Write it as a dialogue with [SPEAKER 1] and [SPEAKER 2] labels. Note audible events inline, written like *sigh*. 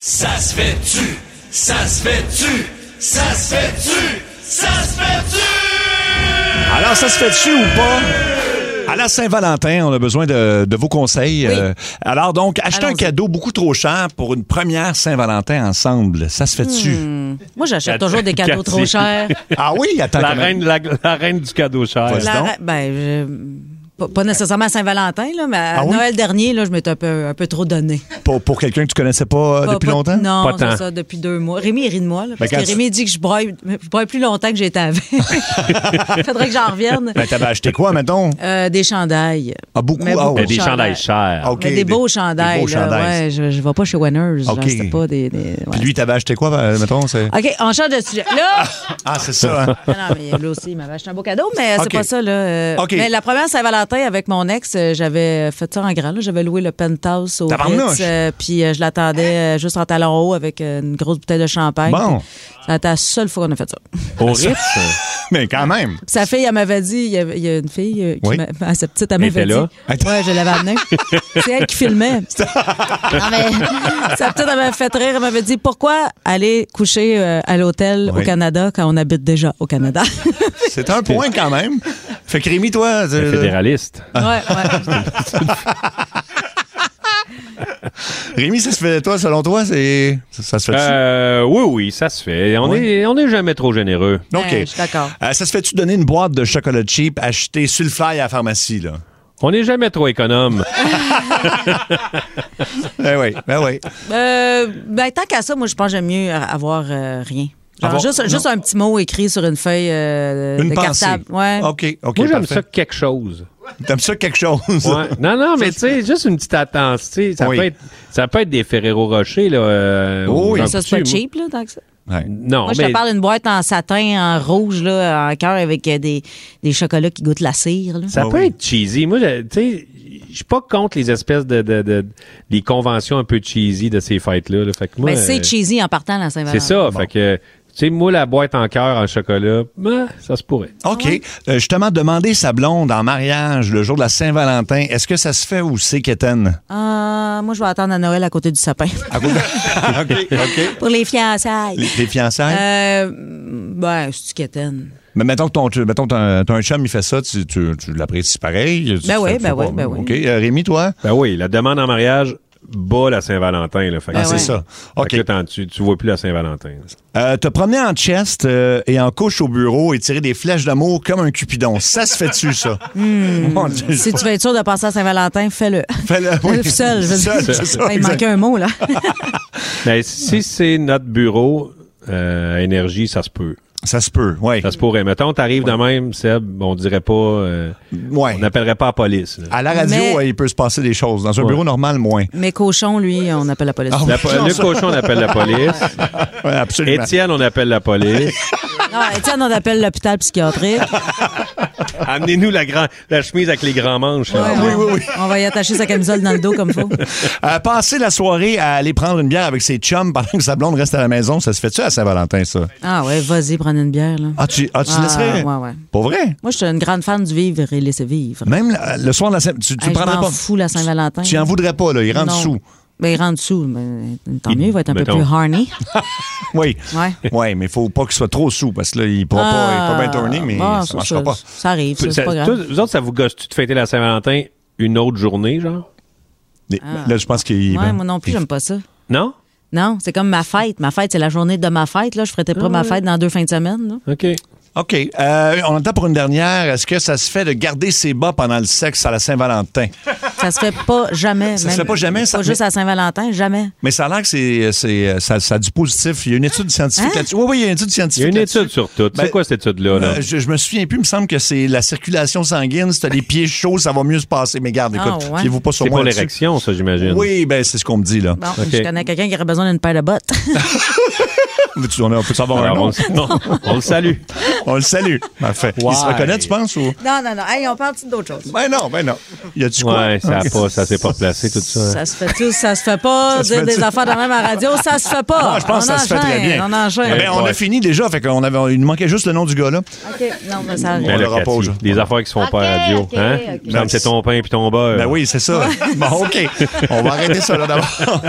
[SPEAKER 1] Ça se fait-tu? Ça se fait-tu? Ça se fait-tu? Ça se fait-tu?
[SPEAKER 2] Alors, ça se fait-tu ou pas? À la Saint-Valentin, on a besoin de, de vos conseils. Euh, alors donc, acheter un
[SPEAKER 3] Allons-y.
[SPEAKER 2] cadeau beaucoup trop cher pour une première Saint-Valentin ensemble, ça se fait-tu?
[SPEAKER 3] Moi, j'achète
[SPEAKER 4] Quatre-
[SPEAKER 3] toujours des cadeaux
[SPEAKER 4] quatre-
[SPEAKER 3] trop
[SPEAKER 4] *laughs*
[SPEAKER 3] chers.
[SPEAKER 2] Ah oui, attends.
[SPEAKER 4] La
[SPEAKER 2] quand même.
[SPEAKER 4] reine, la, la reine du cadeau cher.
[SPEAKER 2] Vas-y.
[SPEAKER 3] La
[SPEAKER 2] donc.
[SPEAKER 3] ra- ben, je- pas, pas nécessairement à Saint-Valentin, là, mais à
[SPEAKER 2] Ah oui?
[SPEAKER 3] Noël dernier, là, je m'étais un peu, un peu trop donné.
[SPEAKER 2] Pour, pour quelqu'un que tu connaissais pas euh,
[SPEAKER 3] Pas-
[SPEAKER 2] depuis
[SPEAKER 3] pas-
[SPEAKER 2] longtemps? Ben,
[SPEAKER 3] Non,
[SPEAKER 4] Pas tant.
[SPEAKER 3] c'est ça, depuis deux mois. Rémi, il rit de moi. là, parce
[SPEAKER 2] quand
[SPEAKER 3] que
[SPEAKER 2] tu-
[SPEAKER 3] Rémi dit que je broille, je broille plus longtemps que
[SPEAKER 2] *laughs*
[SPEAKER 3] j'étais avant. *laughs* Faudrait que j'en revienne.
[SPEAKER 2] Ben, t'avais acheté quoi, mettons?
[SPEAKER 3] Euh, des chandails.
[SPEAKER 2] Ah, beaucoup,
[SPEAKER 3] Mais
[SPEAKER 2] ah,
[SPEAKER 3] beaucoup
[SPEAKER 2] ouais.
[SPEAKER 4] Mais
[SPEAKER 3] de
[SPEAKER 4] des chandails chers.
[SPEAKER 2] Ah, ok,
[SPEAKER 3] Mais des, beaux chandails.
[SPEAKER 2] beaux
[SPEAKER 3] là,
[SPEAKER 2] chandails.
[SPEAKER 3] ouais, je, je vais pas chez Winners. genre,
[SPEAKER 2] OK.
[SPEAKER 3] c'était pas des. des- ouais.
[SPEAKER 2] Puis lui, t'avais acheté quoi, euh, mettons? c'est-
[SPEAKER 3] OK, on change de sujet. Là!
[SPEAKER 2] *laughs* Ah, c'est ça.
[SPEAKER 4] *laughs*
[SPEAKER 2] hein?
[SPEAKER 3] Non, non, mais lui aussi, il m'avait acheté un beau cadeau, mais
[SPEAKER 2] OK.
[SPEAKER 3] c'est pas ça, là. Euh,
[SPEAKER 2] OK.
[SPEAKER 3] Mais la première Saint-Valentin avec mon ex, euh, j'avais fait ça en grand, là. J'avais loué le penthouse au
[SPEAKER 2] Tabarnouche.
[SPEAKER 3] Ritz, euh, puis euh, je l'attendais euh, juste en talon haut avec euh, une grosse bouteille de champagne.
[SPEAKER 2] Bon.
[SPEAKER 3] Puis, Ça a été la seule fois qu'on a fait ça.
[SPEAKER 4] Au Ritz,
[SPEAKER 2] Mais quand même.
[SPEAKER 3] Puis sa fille, elle m'avait dit, il y, avait- il y a une fille, euh, qui
[SPEAKER 2] Oui.
[SPEAKER 3] m'a- à sa petite, elle
[SPEAKER 4] Elle
[SPEAKER 3] m'avait
[SPEAKER 4] était
[SPEAKER 3] dit.
[SPEAKER 4] là?
[SPEAKER 3] Ouais, je l'avais amenée. C'est elle
[SPEAKER 2] *laughs*
[SPEAKER 3] qui filmait. Non, mais sa petite, elle m'avait fait rire. Elle m'avait dit, pourquoi aller coucher euh, à l'hôtel
[SPEAKER 2] Oui.
[SPEAKER 3] au Canada quand on habite déjà au Canada? *laughs*
[SPEAKER 2] C'est un point quand même. Fait que Rémi, toi. euh, tu-
[SPEAKER 4] le fédéraliste.
[SPEAKER 3] ouais, ouais.
[SPEAKER 2] *laughs* Rémi, ça se fait, toi, selon toi, c'est. Ça, ça se fait.
[SPEAKER 4] Euh, oui, oui, ça se fait. On
[SPEAKER 2] Oui.
[SPEAKER 4] est, on est jamais trop généreux.
[SPEAKER 2] OK.
[SPEAKER 3] Ouais, Ben, je suis d'accord.
[SPEAKER 2] Euh, ça se fait-tu donner une boîte de chocolat cheap achetée sur le fly à la pharmacie, là?
[SPEAKER 4] On est jamais trop économe.
[SPEAKER 2] Ben oui, ben
[SPEAKER 3] *laughs*
[SPEAKER 2] oui.
[SPEAKER 3] Euh, ben, tant qu'à ça, moi, je pense que j'aime mieux euh, avoir euh, rien. Genre,
[SPEAKER 2] Avoir-
[SPEAKER 3] juste, juste
[SPEAKER 2] non.
[SPEAKER 3] un petit mot écrit sur une feuille euh,
[SPEAKER 2] Une
[SPEAKER 3] de
[SPEAKER 2] pensée.
[SPEAKER 3] cartable. Ouais.
[SPEAKER 2] OK, OK.
[SPEAKER 4] Moi, j'aime
[SPEAKER 2] parfait.
[SPEAKER 4] ça quelque chose.
[SPEAKER 2] T'aimes *laughs* ça quelque chose?
[SPEAKER 4] Ouais. Non, non, mais tu sais, juste une petite attention. tu sais, Ça,
[SPEAKER 2] Oui.
[SPEAKER 4] peut être, ça peut être des Ferrero Rocher. Là, euh,
[SPEAKER 2] Oh
[SPEAKER 4] aux
[SPEAKER 2] oui.
[SPEAKER 4] gens
[SPEAKER 3] Ça, c'est pas
[SPEAKER 4] coutus.
[SPEAKER 3] cheap, là, tant que ça.
[SPEAKER 2] Ouais.
[SPEAKER 4] Non,
[SPEAKER 3] Moi, je
[SPEAKER 4] mais
[SPEAKER 3] te parle d'une boîte en satin, en rouge, là, en cœur, avec euh, des, des chocolats qui goûtent la cire. là.
[SPEAKER 4] ça
[SPEAKER 2] Ah
[SPEAKER 4] peut
[SPEAKER 2] oui.
[SPEAKER 4] être cheesy. Moi, je- tu sais, je suis pas contre les espèces de, de, de- les conventions un peu cheesy de ces fêtes-là. là. Fait que moi,
[SPEAKER 3] Ben,
[SPEAKER 4] euh,
[SPEAKER 3] c'est cheesy en partant à la Saint-Valentin.
[SPEAKER 4] C'est ça. Fait que, tu sais, moi, la boîte en cœur en chocolat, ben, ça se pourrait.
[SPEAKER 2] OK. Euh, justement, demander sa blonde en mariage le jour de la Saint-Valentin, est-ce que ça se fait ou c'est
[SPEAKER 3] *laughs*
[SPEAKER 2] quétaine?
[SPEAKER 3] Euh, moi, je vais attendre à Noël à côté du sapin
[SPEAKER 4] Ah
[SPEAKER 2] À cause de- OK, OK.
[SPEAKER 3] *laughs* pour les
[SPEAKER 2] *laughs*
[SPEAKER 3] fiançailles.
[SPEAKER 2] Les, les fiançailles?
[SPEAKER 3] Ah, Euh, ben, c'est quétaine.
[SPEAKER 2] Mais mettons que ton, tu- mettons ton, ton chum, il fait ça, tu, tu, tu l'apprécies pareil? tu-
[SPEAKER 3] Ben
[SPEAKER 2] tu-
[SPEAKER 3] oui,
[SPEAKER 2] tu-
[SPEAKER 3] ben
[SPEAKER 2] tu-
[SPEAKER 3] oui,
[SPEAKER 2] pas-
[SPEAKER 3] ben oui.
[SPEAKER 2] OK. Euh, Rémi, toi?
[SPEAKER 4] Ben oui, la demande en mariage bat la Saint-Valentin. là. Fait que-
[SPEAKER 3] Ah,
[SPEAKER 2] c'est
[SPEAKER 3] ouais.
[SPEAKER 2] ça.
[SPEAKER 4] Fait
[SPEAKER 2] OK.
[SPEAKER 4] que là, t'en- tu, tu vois plus la Saint-Valentin.
[SPEAKER 2] Euh, te promener en chest euh, et en couche au bureau et tirer des flèches d'amour comme un cupidon. Ça se fait-tu,
[SPEAKER 3] *laughs*
[SPEAKER 2] ça?
[SPEAKER 3] Hmm.
[SPEAKER 2] Mon Dieu.
[SPEAKER 3] Si tu veux être sûr de passer à Saint-Valentin, fais-le.
[SPEAKER 2] Fais-le, Euh, oui.
[SPEAKER 3] Fais-le seul. je veux dire. Ah,
[SPEAKER 2] Seul, c'est ça,
[SPEAKER 3] Il
[SPEAKER 2] exact.
[SPEAKER 3] manquait un mot, là. *laughs*
[SPEAKER 4] Mais si c'est notre bureau euh, à énergie, ça se peut.
[SPEAKER 2] Ça se peut, oui.
[SPEAKER 4] Ça se pourrait. Mettons, t'arrives de même, Seb, on dirait pas... euh,
[SPEAKER 2] Ouais.
[SPEAKER 4] On n'appellerait pas la police. là.
[SPEAKER 2] À la radio,
[SPEAKER 3] Mais-
[SPEAKER 2] ouais, il peut se passer des choses. Dans un bureau normal, moins.
[SPEAKER 3] Mais cochon, lui, on appelle la police.
[SPEAKER 2] Ah,
[SPEAKER 4] La po-
[SPEAKER 2] Non,
[SPEAKER 4] le
[SPEAKER 2] ça-
[SPEAKER 4] cochon, on appelle la police.
[SPEAKER 2] *laughs* Ouais, absolument.
[SPEAKER 4] Étienne, on appelle la police. *laughs*
[SPEAKER 3] Ah, Étienne, on appelle l'hôpital psychiatrique.
[SPEAKER 2] Ah
[SPEAKER 4] Amenez-nous la, grand, la chemise avec les grands manches. là.
[SPEAKER 3] oui, oui, oui. On va y attacher sa camisole dans le dos comme faut.
[SPEAKER 2] Euh, passer la soirée à aller prendre une bière avec ses chums pendant que sa blonde reste à la maison, ça se fait-tu à Saint-Valentin, ça?
[SPEAKER 3] Ah ouais, vas-y, prendre une bière, là.
[SPEAKER 2] Ah, tu, ah, tu
[SPEAKER 3] Ah,
[SPEAKER 2] laisserais?
[SPEAKER 3] ouais, ouais.
[SPEAKER 2] Pour vrai?
[SPEAKER 3] Moi, je suis une grande fan du vivre et laisser vivre.
[SPEAKER 2] Même la- le soir de la Saint- Tu, tu
[SPEAKER 3] Hey, je
[SPEAKER 2] prendrais
[SPEAKER 3] m'en
[SPEAKER 2] pas.
[SPEAKER 3] fous, la Saint-Valentin.
[SPEAKER 2] Tu en voudrais pas, là. Il rentre
[SPEAKER 3] Non.
[SPEAKER 2] sous.
[SPEAKER 3] Ben, il rentre sous. Ben, tant
[SPEAKER 4] Il-
[SPEAKER 3] mieux, il va être un
[SPEAKER 4] mettons.
[SPEAKER 3] peu plus horny.
[SPEAKER 2] Oui.
[SPEAKER 3] Ouais.
[SPEAKER 2] Oui, mais il faut pas qu'il soit trop sous parce que là, il pourra pas. Il peut bien tourner, mais
[SPEAKER 3] Ah,
[SPEAKER 2] ça ne marchera pas.
[SPEAKER 3] Ça arrive, ça, c'est
[SPEAKER 4] Ça-
[SPEAKER 3] pas
[SPEAKER 4] toi,
[SPEAKER 3] grave.
[SPEAKER 4] vous autres, ça vous gosse-tu de fêter la Saint-Valentin une autre journée, genre?
[SPEAKER 2] Mais Là, je pense qu'il.
[SPEAKER 3] Ah. Ouais, moi non plus, j'aime pas ça.
[SPEAKER 4] Non?
[SPEAKER 3] Non, c'est comme ma fête. Ma fête, c'est la journée de ma fête. Là. Je ferais pas
[SPEAKER 2] Ah
[SPEAKER 3] ma fête dans deux fins de semaine. là.
[SPEAKER 4] OK.
[SPEAKER 2] OK. Euh, on entend pour une dernière. Est-ce que ça se fait de garder ses bas pendant le sexe à la Saint-Valentin?
[SPEAKER 3] Ça se fait pas jamais.
[SPEAKER 2] Ça se
[SPEAKER 3] même-
[SPEAKER 2] fait pas jamais, ça-
[SPEAKER 3] Pas juste à Saint-Valentin, jamais.
[SPEAKER 2] Mais ça a l'air que c'est, c'est- euh, ça, ça a du positif. Il y a une étude scientifique
[SPEAKER 3] Hein?
[SPEAKER 2] là-dessus. Oui, oui, il y a une étude
[SPEAKER 4] Il y
[SPEAKER 2] scientifique.
[SPEAKER 4] a une
[SPEAKER 2] là-dessus.
[SPEAKER 4] étude sur tout.
[SPEAKER 2] Ben,
[SPEAKER 4] c'est quoi cette étude-là? Là?
[SPEAKER 2] Euh, je, je me souviens plus, il me semble que c'est la circulation sanguine. Si t'as les pieds chauds, ça va mieux se passer. Mais garde,
[SPEAKER 3] Ah,
[SPEAKER 2] écoute,
[SPEAKER 3] ouais.
[SPEAKER 2] fiez-vous pas sur
[SPEAKER 4] c'est
[SPEAKER 2] moi.
[SPEAKER 4] pour
[SPEAKER 2] là-dessus.
[SPEAKER 4] l'érection, ça, j'imagine.
[SPEAKER 2] Oui, ben c'est ce qu'on me dit là.
[SPEAKER 3] Bon,
[SPEAKER 4] OK.
[SPEAKER 3] je connais quelqu'un qui aurait besoin d'une paire de bottes.
[SPEAKER 2] *laughs* Tu- On, a- on peut savoir un
[SPEAKER 4] Alors, Ah, on,
[SPEAKER 2] nom? *laughs*
[SPEAKER 4] le- non, on le salue.
[SPEAKER 2] On le salue. Parfait. Il se
[SPEAKER 4] Why?
[SPEAKER 2] reconnaît, tu penses? Ou...
[SPEAKER 3] *laughs* non, non, non. Hey, on parle d'autre chose.
[SPEAKER 2] Ben non, ben non. Y a-tu quoi?
[SPEAKER 4] Ouais, ça a pas, ça s'est pas placé, tout ça. hein.
[SPEAKER 3] Ça se fait tout, ça se fait pas.
[SPEAKER 2] se
[SPEAKER 3] dire
[SPEAKER 2] fait-tu?
[SPEAKER 3] des affaires de même à la radio, ça se fait pas.
[SPEAKER 2] Ah, je pense
[SPEAKER 3] On
[SPEAKER 2] que ça se fait très
[SPEAKER 3] enchaîne,
[SPEAKER 2] bien.
[SPEAKER 3] On enchaîne.
[SPEAKER 2] Eh ben, on a
[SPEAKER 4] Ouais.
[SPEAKER 2] fini déjà, fait qu'on avait, il nous manquait juste le nom du gars là.
[SPEAKER 3] OK, non, mais ça arrive.
[SPEAKER 4] Ben,
[SPEAKER 2] On
[SPEAKER 4] là,
[SPEAKER 2] l'aura
[SPEAKER 4] Cathy,
[SPEAKER 2] pas aujourd'hui.
[SPEAKER 4] les affaires qui se font pas à la radio.
[SPEAKER 5] ok,
[SPEAKER 4] hein?
[SPEAKER 5] ok.
[SPEAKER 4] Il me semble que C'est ton pain puis ton
[SPEAKER 3] *laughs*
[SPEAKER 4] beurre.
[SPEAKER 2] Ben oui, c'est ça. Bon, ok, on va arrêter ça là d'abord.